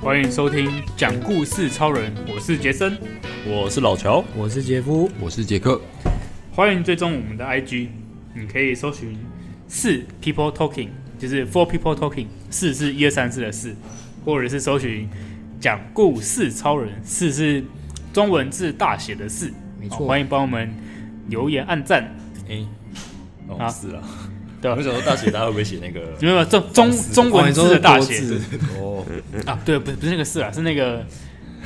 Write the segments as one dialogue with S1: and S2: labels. S1: 欢迎收听讲故事超人，我是杰森。
S2: 我是老乔，
S3: 我是杰夫，
S4: 我是杰克，
S1: 欢迎追踪我们的 IG，你可以搜寻四 people talking，就是 four people talking，四是一二三四的四，或者是搜寻讲故事超人，四是中文字大写的四。
S3: 没
S1: 哦
S3: 错
S1: 欢迎帮我们留言、按赞，
S2: 哎、哦、
S1: 啊
S2: 是啊，
S1: 对
S2: 我想说大学大家会不会写那个
S1: 有没有中
S3: 哦
S1: 中中文字的大写
S2: 哦，
S1: 啊？对，不是不是那个四啊，是那个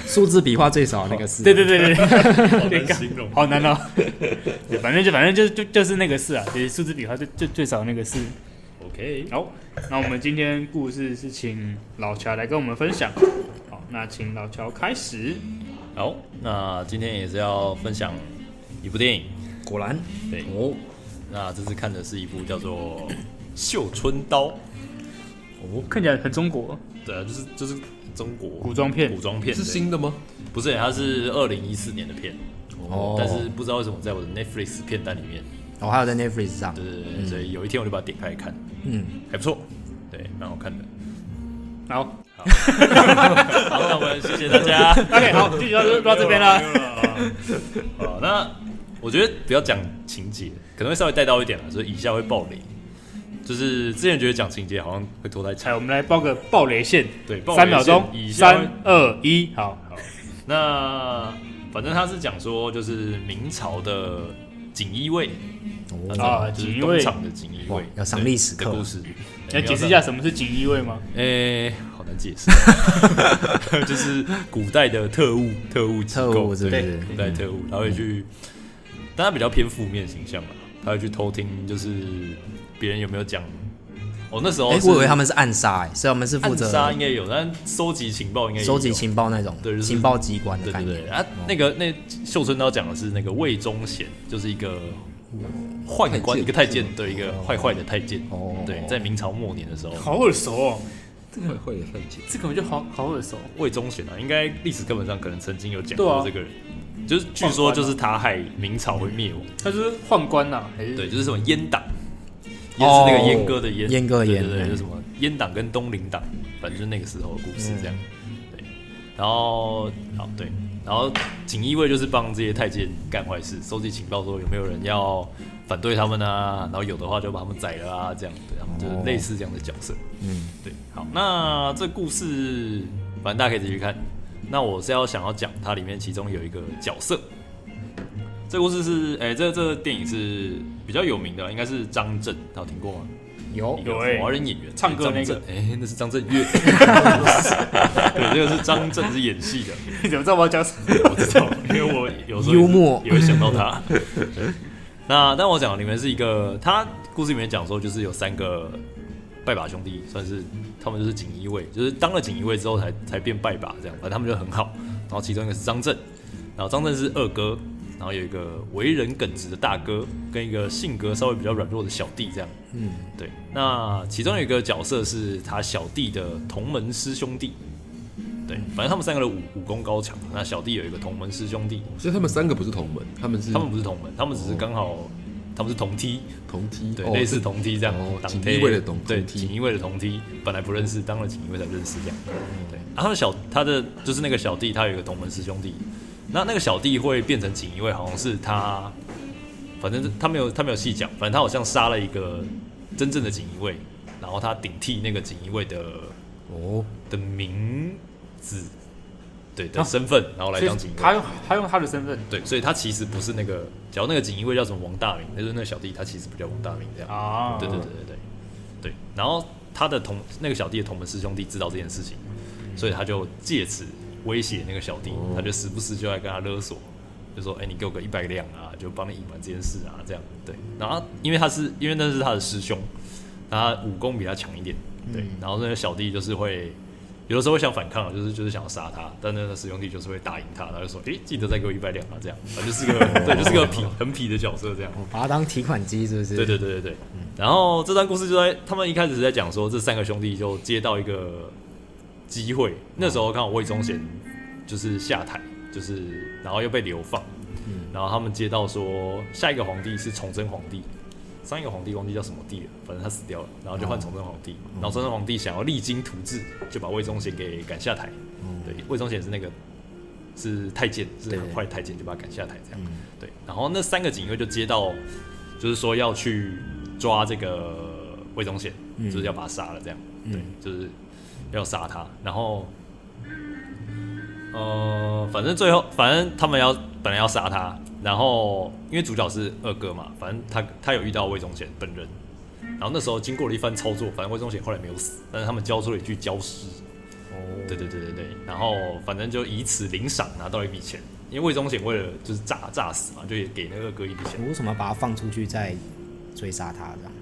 S3: 数字笔画最少那个是，
S1: 对对对对对。
S2: 好
S1: 对
S2: 难形容，
S1: 好难哦。对反正就反正就就就是那个事啊，就是数字笔画最最最少的那个事。
S2: OK，
S1: 好，那我们今天故事是请老乔来跟我们分享。好，那请老乔开始。
S2: 好，那今天也是要分享一部电影，
S3: 果然
S2: 对，
S3: 哦
S2: 那这次看的是一部叫做《绣春刀》，
S1: 看起来很中国，
S2: 对啊，就是就是中国
S1: 古装片
S2: 古装片
S4: 是
S2: 对
S4: 新的吗？
S2: 不是，它是二零一四年的片，
S3: 哦，
S2: 但是不知道为什么在我的 Netflix 片单里面，
S3: 我还有在 Netflix 上，
S2: 对对对，所以有一天我就把它点开来看，
S3: 嗯，
S2: 还不错，对，蛮好看的。
S1: 好
S2: 好，那我们谢谢大 家。
S1: ，OK，好，就到这到这边了。
S2: 好，哦那我觉得不要讲情节，可能会稍微带到一点了，所以以下会爆雷。就是之前觉得讲情节好像会拖太
S1: 来，我
S2: 长，
S1: 们来爆个爆雷线，
S2: 对，爆雷
S1: 三秒钟
S2: 线以，下会
S1: 三二一，好，
S2: 好，那反正他是讲说，就是明朝的锦衣卫
S3: 哦
S1: 啊
S2: 就是
S1: 锦衣
S2: 东
S1: 卫
S2: 厂的锦衣
S3: 哇
S2: 卫
S3: 要上历史
S2: 的
S3: 课
S2: 故事。
S1: 要解释一下什么是锦衣卫吗？
S2: 诶、哎好难解释， 就是古代的特务、特务机
S3: 特
S2: 构
S3: 务是嗯不
S2: 对
S3: 是
S2: 古代特务，他会去，但他比较偏负面形象嘛，他会去偷听，就是别人有没有讲。哦，那时候
S3: 哎，
S2: 是
S3: 我以为他们是暗杀，哎，所以他们是负
S2: 暗
S3: 责
S2: 杀应该有，但收集情报应该也有
S3: 收集情报那种
S2: 对就是
S3: 情报机关的
S2: 对
S3: 概
S2: 对对
S3: 念，
S2: 啊，那个那绣春刀讲的是那个魏忠贤，就是一个宦官，
S4: 太监
S2: 一个太监，对，一个坏坏的太监。
S3: 哦
S2: 对，在明朝末年的时候，
S1: 好耳熟哦，
S4: 会会也很简
S1: 这个我就好好耳熟。
S2: 魏忠贤啊，应该历史课本上可能曾经有讲
S1: 对
S2: 过
S1: 啊
S2: 这个人，就是据说就是他害明朝会灭亡，
S1: 他就是宦官呐，还是
S2: 对，就是什么阉党，
S3: 哦
S2: 也是那个阉割的阉，
S3: 阉割的
S2: 对
S3: 阉
S2: 对对，
S3: 嗯
S2: 就是什么阉党跟东林党，反正就是那个时候的故事这样，对，然后好对，然后锦衣卫就是帮这些太监干坏事，收集情报说有没有人要反对他们啊，然后有的话就把他们宰了啊，这样，对，他们就是类似这样的角色，
S3: 嗯，
S2: 对，好，那这故事反正大家可以自己去看。那我是要想要讲它里面其中有一个角色，这故事是，哎、这这电影是比较有名的，应该是张震，大家有听过吗？
S3: 有
S2: 一
S1: 有
S2: 个
S1: 欸
S2: 华人演员
S1: 唱歌
S2: 对张
S1: 那个
S2: 震哎、那是张震 岳，对，这个是张震是演戏的，
S1: 你 怎么知道我要讲什么？
S2: 我知道，因为我有时候
S3: 幽默
S2: 也会想到他。 那但我讲的里面是一个，他故事里面讲说，就是有三个拜把兄弟，算是他们就是锦衣卫，就是当了锦衣卫之后才才变拜把这样，反正他们就很好。然后其中一个是张震，然后张震是二哥，然后有一个为人耿直的大哥，跟一个性格稍微比较软弱的小弟这样。嗯，对。那其中有一个角色是他小弟的同门师兄弟，对，反正他们三个的武武功高强。那小弟有一个同门师兄弟，
S4: 单，所以他们三个不是同门，他们是
S2: 他们不是同门，他们只是刚好他们是同梯，
S4: 同梯，
S2: 对，
S4: 哦
S2: 类似同梯这样
S4: 哦，
S2: 党
S4: 锦
S2: 梯
S4: 衣卫的同
S2: 对，
S4: 同梯
S2: 锦衣卫的同梯，本来不认识，当了锦衣卫才认识这样。
S4: 嗯
S2: 对，啊、他的小他的就是那个小弟，他有一个同门师兄弟，那那个小弟会变成锦衣卫，好像是他，反正他没有他没有细讲，反正他好像杀了一个真正的锦衣卫，然后他顶替那个锦衣卫的
S3: 哦，
S2: 的名字，对的
S1: 啊
S2: 身份，然后来
S1: 所以
S2: 当锦衣卫。
S1: 他用他用他的身份
S2: 对，所以他其实不是那个，假如那个锦衣卫叫什么王大明，那就是那个小弟，他其实不叫王大明这样。
S1: 啊，
S2: 对对对对对对。然后他的同那个小弟的同门师兄弟知道这件事情，所以他就借此威胁那个小弟，他就时不时就来跟他勒索，就说：“哎、你给我个一百两啊，就帮你隐瞒这件事啊，这样。”对。然后因为他是因为那是他的师兄，他武功比他强一点，对。然后那个小弟就是会。有的时候会想反抗，啊就是就是想要杀他，但那个师兄弟就是会打赢他，然后就说：“哎、记得再给我一百两啊！”这样，反正就是个对，就是个痞很痞的角色这样。
S3: 我把它当提款机是不是？
S2: 对对对对对。然后这段故事就在他们一开始是在讲说，这三个兄弟就接到一个机会，那时候刚好魏忠贤就是下台，就是然后又被流放，然后他们接到说下一个皇帝是崇祯皇帝，上一个皇帝忘记叫什么帝了，反正他死掉了，然后就换崇祯皇帝，然后崇祯皇帝想要励精图治，就把魏忠贤给赶下台。
S3: 嗯
S2: 对，魏忠贤是那个是太监，是
S3: 对
S2: 很坏的太监，就把他赶下台这样。
S3: 嗯
S2: 对，然后那三个警卫就接到，就是说要去抓这个魏忠贤，
S3: 嗯
S2: 就是要把他杀了这样。对
S3: 嗯，
S2: 就是要杀他，然后。呃，反正最后，反正他们要本来要杀他，然后因为主角是二哥嘛，反正他他有遇到魏忠贤本人，然后那时候经过了一番操作，反正魏忠贤后来没有死，但是他们交出了一具焦尸，
S3: 哦，
S2: 对对对对对，然后反正就以此领赏拿到一笔钱，因为魏忠贤为了就是炸炸死嘛，就也给那个二哥一笔钱。
S3: 我为什么要把他放出去再追杀他这样？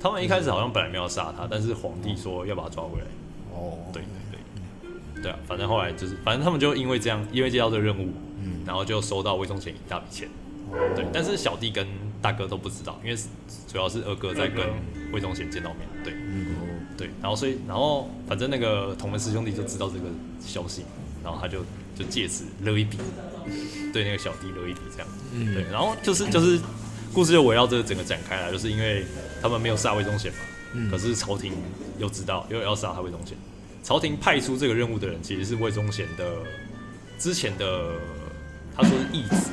S2: 他们一开始好像本来没有杀他，但是皇帝说要把他抓回来，
S3: 哦，
S2: 对对对，对啊，反正后来就是，反正他们就因为这样，因为接到这个任务，嗯，然后就收到魏忠贤一大笔钱，对，但是小弟跟大哥都不知道，因为主要是二哥在跟魏忠贤见到面，对，
S3: 嗯
S2: 对，然后所以然后反正那个同门师兄弟就知道这个消息，然后他就就借此勒一笔，对那个小弟勒一笔这样，嗯，对，然后就是就是故事就围绕这个整个展开了，就是因为他们没有杀魏忠贤嘛，可是朝廷又知道又要杀他魏忠贤，朝廷派出这个任务的人其实是魏忠贤的之前的他说是义子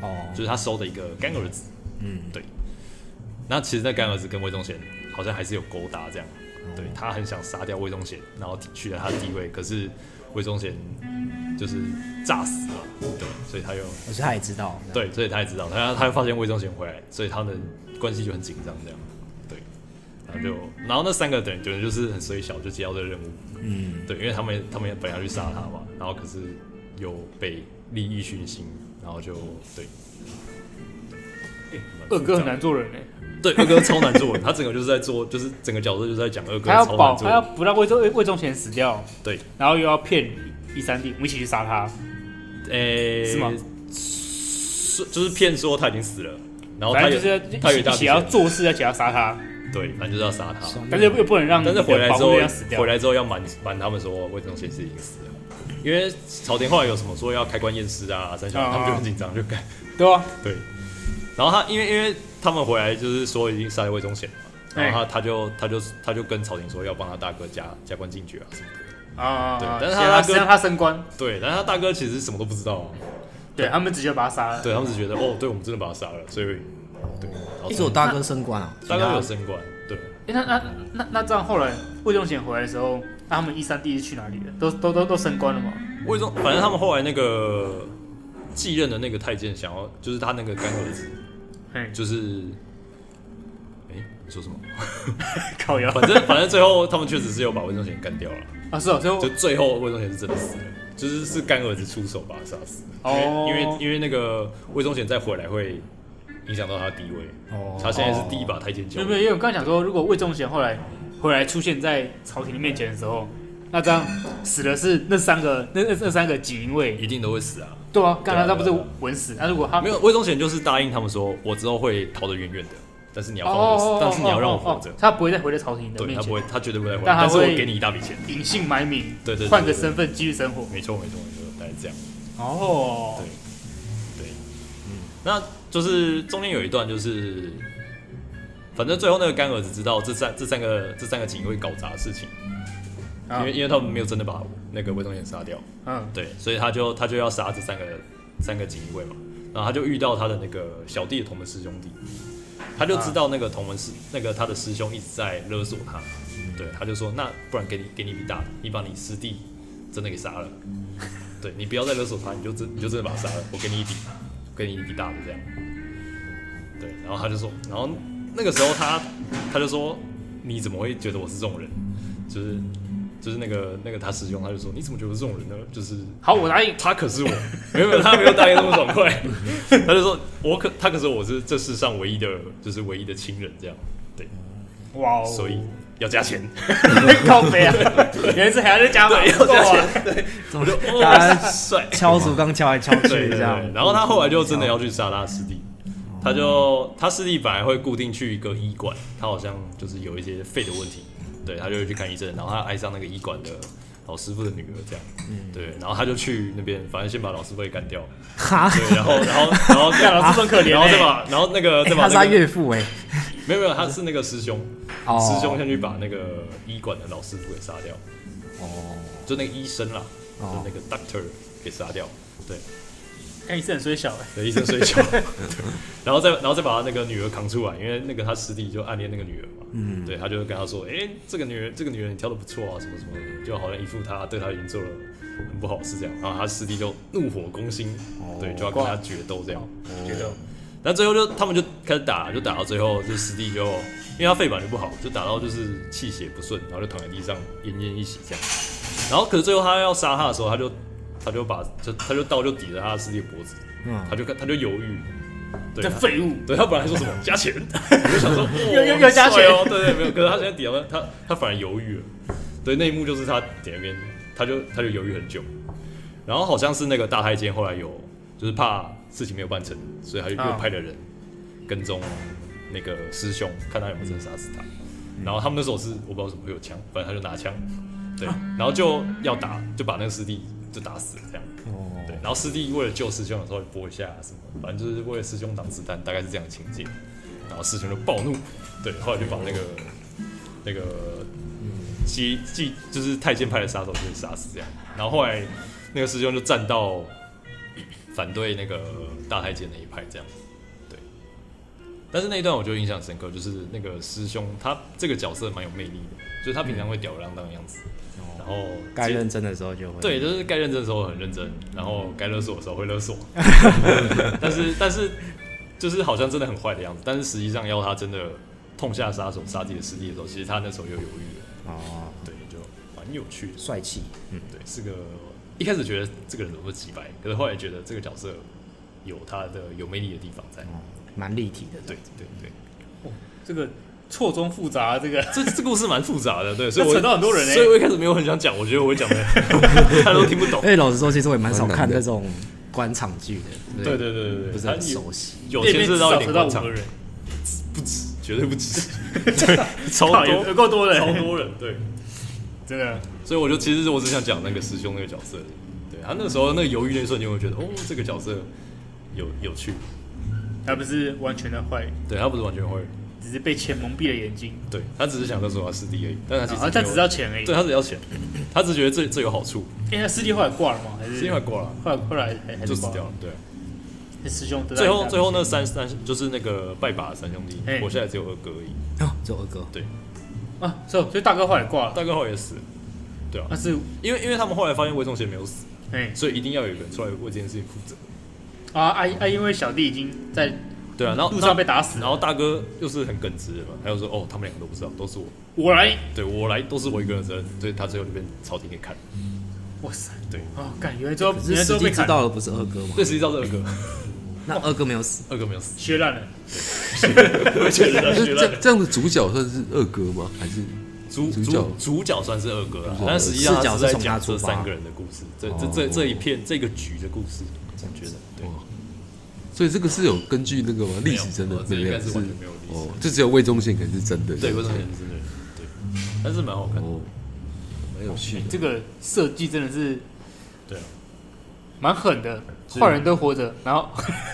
S2: 啊，
S3: 哦，
S2: 就是他收的一个干儿子，
S3: 嗯，
S2: 对。那其实那干儿子跟魏忠贤好像还是有勾搭这样，对他很想杀掉魏忠贤，然后取得他的地位，可是魏忠贤就是诈死了，对，所以他又
S3: 我是他也知道，
S2: 对，所以他也知道，他他又发现魏忠贤回来，所以他们的关系就很紧张这样，对，然后就然后那三个等人就是很虽小就接到这个任务，
S3: 嗯，
S2: 对，因为他们他们本来要去杀他嘛，然后可是又被利益熏心，然后就对。
S1: 哎
S2: 对蛮
S1: 二哥
S2: 复
S1: 很
S2: 杂
S1: 难做人哎、
S2: 对，二哥超难做的，他整个就是在做，就是整个角色就是在讲二哥
S1: 他要
S2: 超
S1: 保，
S2: 难做
S1: 他要
S2: 的。
S1: 不让魏忠魏忠贤死掉，
S2: 对，
S1: 然后又要骗一三弟，我们一起去杀他。
S2: 诶、
S1: 是吗
S2: 是就是骗说他已经死了，然后
S1: 反
S2: 哦他
S1: 正
S2: 有
S1: 就是要
S2: 他有
S1: 一
S2: 一
S1: 起
S2: 大
S1: 一
S2: 笔
S1: 起要
S2: 钱
S1: 做事，而且要杀他，
S2: 对，反正就是要杀他。
S1: 但是又又不能让
S2: 但是回来之
S1: 嗯你的保
S2: 后
S1: 护力要死，掉。
S2: 回来之后要瞒瞒他们说魏忠贤是已经死了，因为朝廷后来有什么说要开棺验尸啊，三小
S1: 啊
S2: 他们就很紧张，就干
S1: 对啊，
S2: 对。然后他因为因为他们回来就是说已经杀了魏忠贤了嘛，
S1: 哎
S2: 然后他他就他就他就跟朝廷说要帮他大哥加加官进爵啊什么的。
S1: 啊，
S2: 对但是他
S1: 先
S2: 他
S1: 让
S2: 哥
S1: 先让他升官，
S2: 对，但是他大哥其实什么都不知道、啊。
S1: 对他们直接把他杀了。
S2: 对他们只觉得哦，对我们真的把他杀了，所以对，然后
S3: 一直有大哥升官啊，
S2: 大概有升官，对，
S1: 诶哎那那那那这样后来魏忠贤回来的时候，那他们一三弟是去哪里了？都都都都升官了吗？
S2: 魏忠，反正他们后来那个继任的那个太监想要，就是他那个干儿子，
S1: 嘿，
S2: 就是，哎、你说什么？
S1: 靠腰
S2: 反正反正最后他们确实是有把魏忠贤干掉了，
S1: 啊，是哦，所以我
S2: 就最后魏忠贤是真的死了，就是是干儿子出手把他杀死，
S1: 哦
S2: 因为因为因为那个魏忠贤再回来会影响到他的地位，
S3: 哦
S2: 他现在是第一把太监
S1: 没
S2: 交
S1: 有
S2: 椅
S1: 没有，因为我刚才讲说，如果魏忠贤后来回来出现在朝廷的面前的时候，那这样死的是那三个那那那三个锦衣卫，
S2: 一定都会死啊。
S1: 对啊，刚才
S2: 对
S1: 他
S2: 啊
S1: 不是稳死？那如果他
S2: 没有，魏忠贤就是答应他们说，我之后会逃得远远的，但是你要
S1: 哦
S2: 放我死，
S1: 哦哦
S2: 但是你要让我
S1: 哦
S2: 活
S1: 哦
S2: 着
S1: 哦。他不会再回到朝廷的
S2: 对
S1: 面
S2: 他不
S1: 前
S2: 会，，他绝对不会回来，
S1: 但他
S2: 但是
S1: 会
S2: 我给你一大笔钱。
S1: 隐姓埋名，
S2: 对对对
S1: 换个
S2: 对对
S1: 身份继续生活。
S2: 没错，没错，没错，大概这样。
S1: 哦
S2: 对，对，那就是中间有一段就是，反正最后那个干儿子知道这三这三个这三个警卫搞砸的事情，因为因为他们没有真的把那个魏忠贤杀掉，
S1: 嗯，
S2: 对，所以他就他就要杀这三个三个锦衣卫嘛，然后他就遇到他的那个小弟的同门师兄弟，他就知道那个同门师、那个他的师兄一直在勒索他，对，他就说那不然给你给你一笔大的，你把你师弟真的给杀了，对你不要再勒索他，你就真你就真的把他杀了，我给你一笔，我给你一笔大的这样，对，然后他就说，然后那个时候他他就说你怎么会觉得我是这种人，就是。就是那个那个他师兄，他就说：“你怎么觉得我是这种人呢？就是
S1: 好，我答应。
S2: 他可是我，没有没有，他没有答应那么爽快， 他就说我可他可是我是这世上唯一的，就是唯一的亲人这样，对，
S1: 哇哦，
S2: 所以要加钱，
S1: 靠北啊，原来是还要再加码，
S2: 对，要
S1: 够
S2: 加
S1: 啊！
S2: 钱，对，
S3: 我
S2: 我就
S3: 哦大
S2: 哇
S3: 家
S2: 帅，
S3: 敲竹杠敲来敲
S2: 对
S3: 去
S2: 对
S3: 这
S2: 对，
S3: 样，
S2: 然后他后来就真的要去杀他的师弟，
S3: 哦
S2: 他就他师弟本来会固定去一个医馆，他好像就是有一些肺的问题，对，他就会去看医生，然后他爱上那个医馆的老师傅的女儿这样，
S3: 嗯
S2: 对，然后他就去那边，反正先把老师傅给干掉，
S3: 哈，
S2: 对，然后然后然后
S1: 干老师真可怜欸
S2: 然后再把然后那个
S3: 欸
S2: 再把那
S3: 他是他
S2: 个
S3: 岳父哎，
S2: 没有没有，他是那个师兄，
S3: 哦
S2: 师兄先去把那个医馆的老师傅给杀掉，
S3: 哦，
S2: 就那个医生啦，
S3: 哦
S2: 就那个 doctor 给杀掉，对，
S1: 看医生很虽小哎、
S2: 对，医生睡觉， 对然后再然后再把他那个女儿扛出来，因为那个他师弟就暗恋那个女儿嘛，嗯，对，他就跟他说，哎、这个女人这个女人你挑的不错啊，什么什么的，就好像一副他对他已经做了很不好的事这样，然后他师弟就怒火攻心，对，就要跟他决斗这样，
S1: 觉
S2: 哦
S1: 得
S2: 但最后就他们就开始打，就打到最后，就师弟就因为他肺板就不好，就打到就是气血不顺，然后就躺在地上奄奄一息这样。然后可是最后他要杀他的时候，他就他就把就他就刀就抵着他师弟的脖子，
S3: 嗯
S2: 他就看他就犹豫，对
S1: 这，
S2: 他
S1: 废物，
S2: 对他本来说什么加钱，我 就想说
S1: 又又又加钱
S2: 钱哦，对对没有，可是他现在抵了他他反而犹豫了，对那一幕就是他点那边，他就他就犹豫很久，然后好像是那个大太监后来有就是怕事情没有办成，所以他就
S1: 啊
S2: 又派了人跟踪那个师兄，看他有没有真的杀死他，
S1: 嗯
S2: 然后他们那时候是我不知道为什么会有枪，反正他就拿枪，对，
S1: 啊
S2: 然后就要打就把那个师弟就打死了这样。
S3: 哦
S2: 对，然后师弟为了救师兄的时候拨一下什么，反正就是为了师兄挡子弹，大概是这样的情节。然后师兄就暴怒，对，后来就把那个那个继继就是太监派的杀手就是杀死这样。然后后来那个师兄就站到反对那个大太监那一派这样。对，但是那一段我就印象深刻，就是那个师兄他这个角色蛮有魅力的，就是他平常会吊儿郎当的样子，然后
S3: 哦该
S2: 接
S3: 认真的时候就会。
S2: 对，就是该认真的时候很认真，然后该勒索的时候会 勒索。但是但是就是好像真的很坏的样子，但是实际上要他真的痛下杀手杀自己的师弟的时候，其实他那时候又犹豫了。
S3: 哦，
S2: 对，就蛮有趣的。
S3: 帅气，嗯，
S2: 对，是个一开始觉得这个人怎么几白，可是后来觉得这个角色有他的有魅力的地方在。
S3: 哦蛮立体的。
S2: 对对对，
S1: 哦这个错综复杂，这个
S2: 这这故事蛮复杂的，对，所以
S1: 这
S2: 我
S1: 扯到很多人欸
S2: 所以我一开始没有很想讲，我觉得 我会讲的他都听不懂。
S3: 哎，老实说，其实我也蛮少
S4: 蛮
S3: 看
S4: 难的
S3: 这种官场剧的，
S2: 对对对对对，
S3: 不是
S2: 他
S3: 很
S2: 有
S3: 熟悉。
S2: 有
S1: 店
S2: 牵
S1: 面
S2: 涉
S1: 至
S2: 到一
S1: 少
S2: 点
S1: 扯到
S2: 官
S1: 五
S2: 场
S1: 个，人，
S2: 不止，绝对不止，对， 超
S1: 靠有有
S2: 多
S1: 够多人，
S2: 超多人，对。
S1: 真的
S2: 所以我就其实我只想讲那个师兄那个角色，对他那个时候那个犹豫那一瞬间，我觉得哦，这个角色有有趣，
S1: 他不是完全的坏，
S2: 对他不是完全会，
S1: 只是被钱蒙蔽了眼睛，
S2: 对他只是想勒索他师弟而已，但他其
S1: 然
S2: 实
S1: 后他
S2: 没有
S1: 只知道，钱而已。
S2: 啊对他只要钱，他只觉得这这有好处，
S1: 因为他师弟后来挂了嘛，还是
S2: 是因为挂了
S1: 后来后来还还是
S2: 就死
S1: 挂
S2: 掉了，对。
S1: 那师兄得到
S2: 最
S1: 一
S2: 后
S1: 大
S2: 最后那三三就是那个拜把的三兄弟
S1: 嘿，
S2: 我现在只有二哥而已，
S3: 哦，只有二哥，
S2: 对，
S1: 啊，所以所以大哥后来挂了，
S2: 大哥后来也死了，对啊
S1: 那，是
S2: 因为因为他们后来发现魏忠贤没有死，
S1: 哎
S2: 所以一定要有一个人出来为这件事情负责。
S1: 啊啊啊，因为小弟已经在
S2: 对啊，然后
S1: 路上被打死
S2: 然后大哥又是很耿直的嘛，他就说哦，他们两个都不知道，都是我，
S1: 我来，
S2: 对我来都是我一个人的责任，所以他最后就被朝廷给 砍。
S1: 哇塞，
S2: 对，
S1: 哦，感原来最后
S3: 可
S1: 原
S3: 是
S1: 来最
S3: 实
S1: 后被
S3: 际知
S1: 砍
S3: 道的不是二哥吗？
S2: 这实际上是二哥，
S3: 那二哥没有死，
S2: 二哥没有死，
S1: 削烂了，
S2: 我觉得他学
S4: 那 这
S2: 了。
S4: 这样的主角算是二哥吗？还是
S2: 主
S4: 主
S2: 主
S4: 角
S2: 主角算是二哥啦
S4: 主，角
S2: 但实际上
S3: 视角
S2: 他
S3: 是
S2: 在
S3: 从他
S2: 讲这
S3: 出发
S2: 三个人的故事，这这
S4: 哦
S2: 这这一片这个局的故事，我觉得对。
S1: 哦
S4: 所以这个是有根据那个吗？历史真的
S2: 没有
S4: 没
S2: 这应该
S4: 有
S2: 是完全没有历史
S4: 哦，就只有魏忠贤可能是真的。
S2: 对，魏忠贤是真的人，对，但是蛮好看的，
S4: 哦，蛮
S3: 哦
S4: 有趣的。
S1: 这个设计真的是
S2: 对啊，
S1: 蛮狠的，
S2: 是
S1: 坏人都活着，然后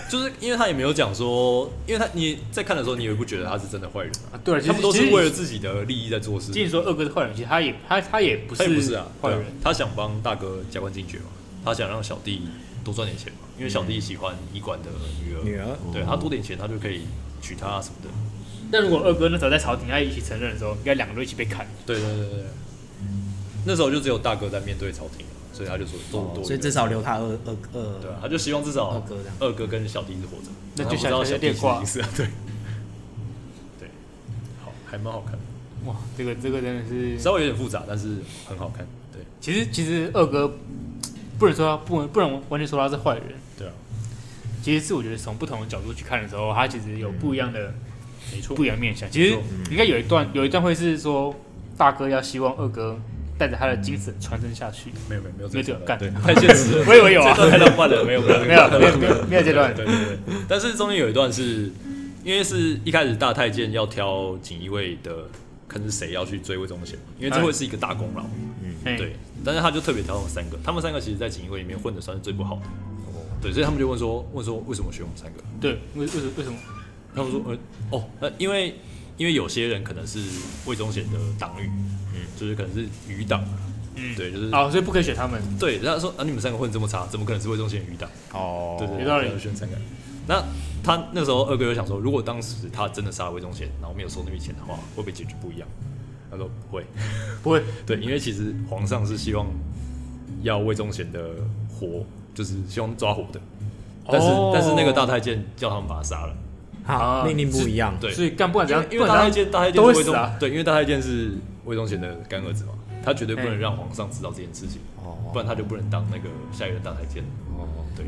S2: 就是因为他也没有讲说，因为他你在看的时候，你也不觉得他是真的坏人啊，
S1: 啊对了，其
S2: 他
S1: 实
S2: 们都
S1: 其
S2: 是
S1: 实
S2: 为了自己的利益在做事。
S1: 即使说二哥是坏人，其实他也他他也不
S2: 他
S1: 是
S2: 也不是啊，
S1: 坏
S2: 对啊
S1: 人，
S2: 他想帮大哥加官进爵嘛，他想让小弟多赚点钱嘛，因为小弟喜欢医馆的女儿，
S3: 女儿
S2: 对他多点钱，他就可以娶她啊什么的。
S1: 但如果二哥那时候在朝廷，他一起承认的时候，应该两个都一起被砍。
S2: 对对对对对，那时候就只有大哥在面对朝廷，所以他就说多多一个，
S3: 哦所以至少留他二二
S2: 对
S3: 二。
S2: 啊，他就希望至少
S3: 二哥这样
S2: 二哥跟小弟是活着，
S1: 那就
S2: 然后不知道小
S1: 小
S2: 弟
S1: 弟
S2: 已
S1: 是挂
S2: 经是啊，对对，好，还蛮好看的，
S1: 哇，这个这个真的是，
S2: 稍微有点复杂，但是很好看，对
S1: 其实其实二哥不能说他不能不能完全说他是坏人，
S2: 对啊，
S1: 其实是我觉得从不同的角度去看的时候，他其实有不一样的、
S2: 嗯没错嗯
S1: 不，一样面向。其实应该有一段有一段会是说大哥要希望二哥带着他的精神传承下去，
S2: 没有没有没有
S1: 没有这
S2: 这
S1: 个
S2: 个
S1: 干
S2: 对，太现实 了。
S1: 我以为有啊
S2: 这，段太浪漫了，没 有没有
S1: 没有没有没有没有这段
S2: 对对对。对但是中间有一段是，因为是一开始大太监要挑锦衣卫的，看是谁要去追魏忠贤，因为这会是一个大功劳。
S1: 哎
S2: 嗯对，但是他就特别挑他们三个，他们三个其实在锦衣卫里面混的算是最不好的。对，所以他们就问说，问说为什么选我们三个？
S1: 对，为为什为什么？
S2: 他们说，呃，哦，呃，因为因为有些人可能是魏忠贤的党羽，嗯，就是可能是余党，
S1: 嗯
S2: 对，就是
S1: 哦，所以不可以选他们
S2: 对，然后说啊，你们三个混这么差，怎么可能是魏忠贤余党？
S1: 哦
S2: 对对对，
S1: 有道理
S2: 要。选三个。那他那时候二哥有想说，如果当时他真的杀了魏忠贤，然后没有收那笔钱的话，会不会结局不一样？他说不会，
S1: 不会，
S2: 对，因为其实皇上是希望要魏忠贤的活，就是希望抓活的，但是、
S1: 哦
S2: 但是那个大太监叫他们把他杀了，
S1: 啊
S3: 好，命令不一样，
S2: 对，
S1: 所以干不管怎样，
S2: 因为
S1: 不
S2: 大
S1: 管
S2: 太
S1: 怎样
S2: 监大太监
S1: 都会
S2: 是魏
S1: 死
S2: 忠、
S1: 啊
S2: 对，因为大太监是魏忠贤的干儿子嘛，他绝对不能
S1: 嗯
S2: 让皇上知道这件事情，
S3: 哦
S2: 不然他就不能当那个下一任大太监。
S4: 哦，
S2: 对，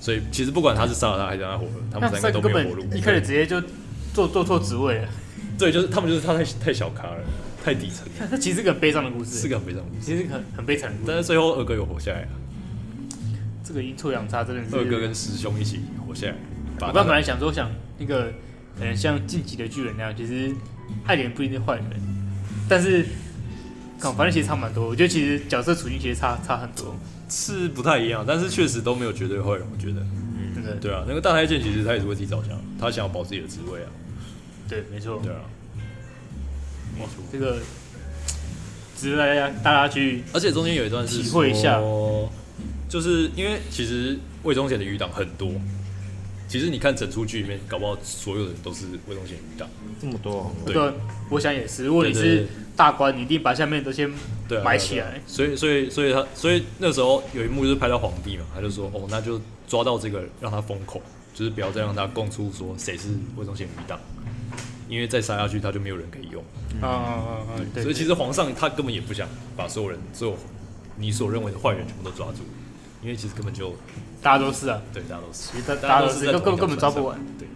S2: 所以其实不管他是杀了他还是让他活了，他们
S1: 那
S2: 三
S1: 三
S2: 个
S1: 个
S2: 都
S1: 根
S2: 没有活路。
S1: 本一开始直接就做做错职位了，
S2: 对，就是他们就是他太太小咖了，太底层了，
S1: 那其实是个很悲伤的故
S2: 是
S1: 事，
S2: 个很非常
S1: 其实是个很很悲惨的故事。
S2: 但是最后二哥有活下来了，啊
S1: 这个阴错阳差真的是。
S2: 二哥跟师兄一起活下来，把
S1: 我刚本来想说想那个，可能像晋级的巨人那样，其实爱莲不一定是坏人，但是，看反正其实差蛮多。我觉得其实角色处境其实差差很多，
S2: 是不太一样，但是确实都没有绝对坏人，我觉得。
S1: 真的。
S2: 对啊，那个大太监其实他也是为自己着想，他想要保自己的职位啊。
S1: 对，没错。
S2: 对啊，没错
S1: 这个值得大家大家去
S2: 而且中间有一段是
S1: 体会一下
S2: 说，就是因为其实魏忠贤的余党很多，其实你看整出剧里面，搞不好所有人都是魏忠贤余党。
S3: 这么多，哦
S2: 对啊
S1: 对，我想也是。如果你
S2: 对对
S1: 是
S2: 对
S1: 大官，你一定把下面都先
S2: 对啊，
S1: 埋起来
S2: 对啊。对啊所以，所以，所以他，所以那时候有一幕就是拍到皇帝嘛，他就说：“哦，那就抓到这个，让他封口，就是不要再让他供出说谁是魏忠贤余党，因为再杀下去他就没有人可以用。
S1: 啊啊啊！对，
S2: 嗯所以其实皇上他根本也不想把所有人，所有你所认为的坏人全部都抓住，因为其实根本就
S1: 大家都是啊，
S2: 对大家都是，
S1: 其实大大
S2: 大
S1: 家
S2: 家都
S1: 都
S2: 是
S1: 是
S2: 在
S1: 根根
S2: 同一条
S1: 根本抓
S2: 船上
S1: 不完。
S2: 对，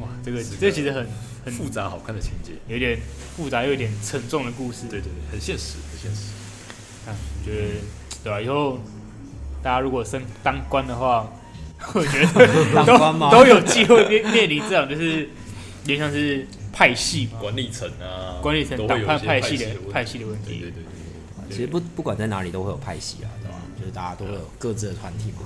S1: 哇，这个
S2: 是个
S1: 这个其实很很
S2: 复杂好看的情节，
S1: 有点复杂又有点沉重的故事。
S2: 对对对，很现实，很现实。
S1: 啊，我觉得对吧、啊以后大家如果升当官的话， 我觉得
S3: 当
S1: 都
S3: 官吗
S1: 都有机会面面临这种就是，有点像是派系嘛，
S2: 管理层啊，
S1: 管理层
S2: 都会
S1: 党
S2: 有
S1: 派
S2: 一
S1: 系
S2: 些的
S1: 的
S2: 问题
S1: 派系的问
S2: 对对
S1: 题。
S2: 对对。嗯
S3: 其实不不管在哪里都会有派系啊，对吧？就是大家都会有各自的团体嘛，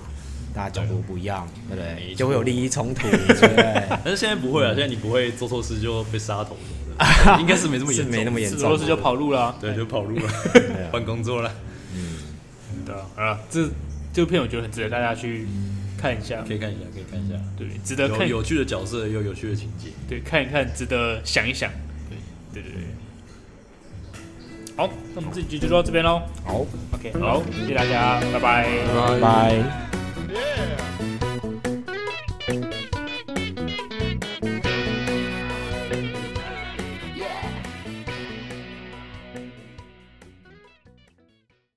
S3: 大家角度不一样，对不
S2: 没
S3: 对？
S2: 错
S3: 就会有利益 冲突，对不对？
S2: 但是现在不会啊，现在你不会做错事就被杀头什么的，应该是没这么严重，
S3: 是没那么严
S1: 是
S3: 重
S1: 罗斯就跑路了啊、
S2: 对，就跑路了， 换工作了，
S1: 对啊，好了，这这部片我觉得很值得大家去看一下，
S2: 可以看一下，可以看一下，
S1: 对，值得
S2: 有
S1: 看，
S2: 有趣的角色，也有有趣的情节，
S1: 对，看一看，值得想一想，对，对对对。好，那我们这集就到这边喽。
S3: 好，
S1: OK，好，谢谢大家，拜拜
S3: 拜拜。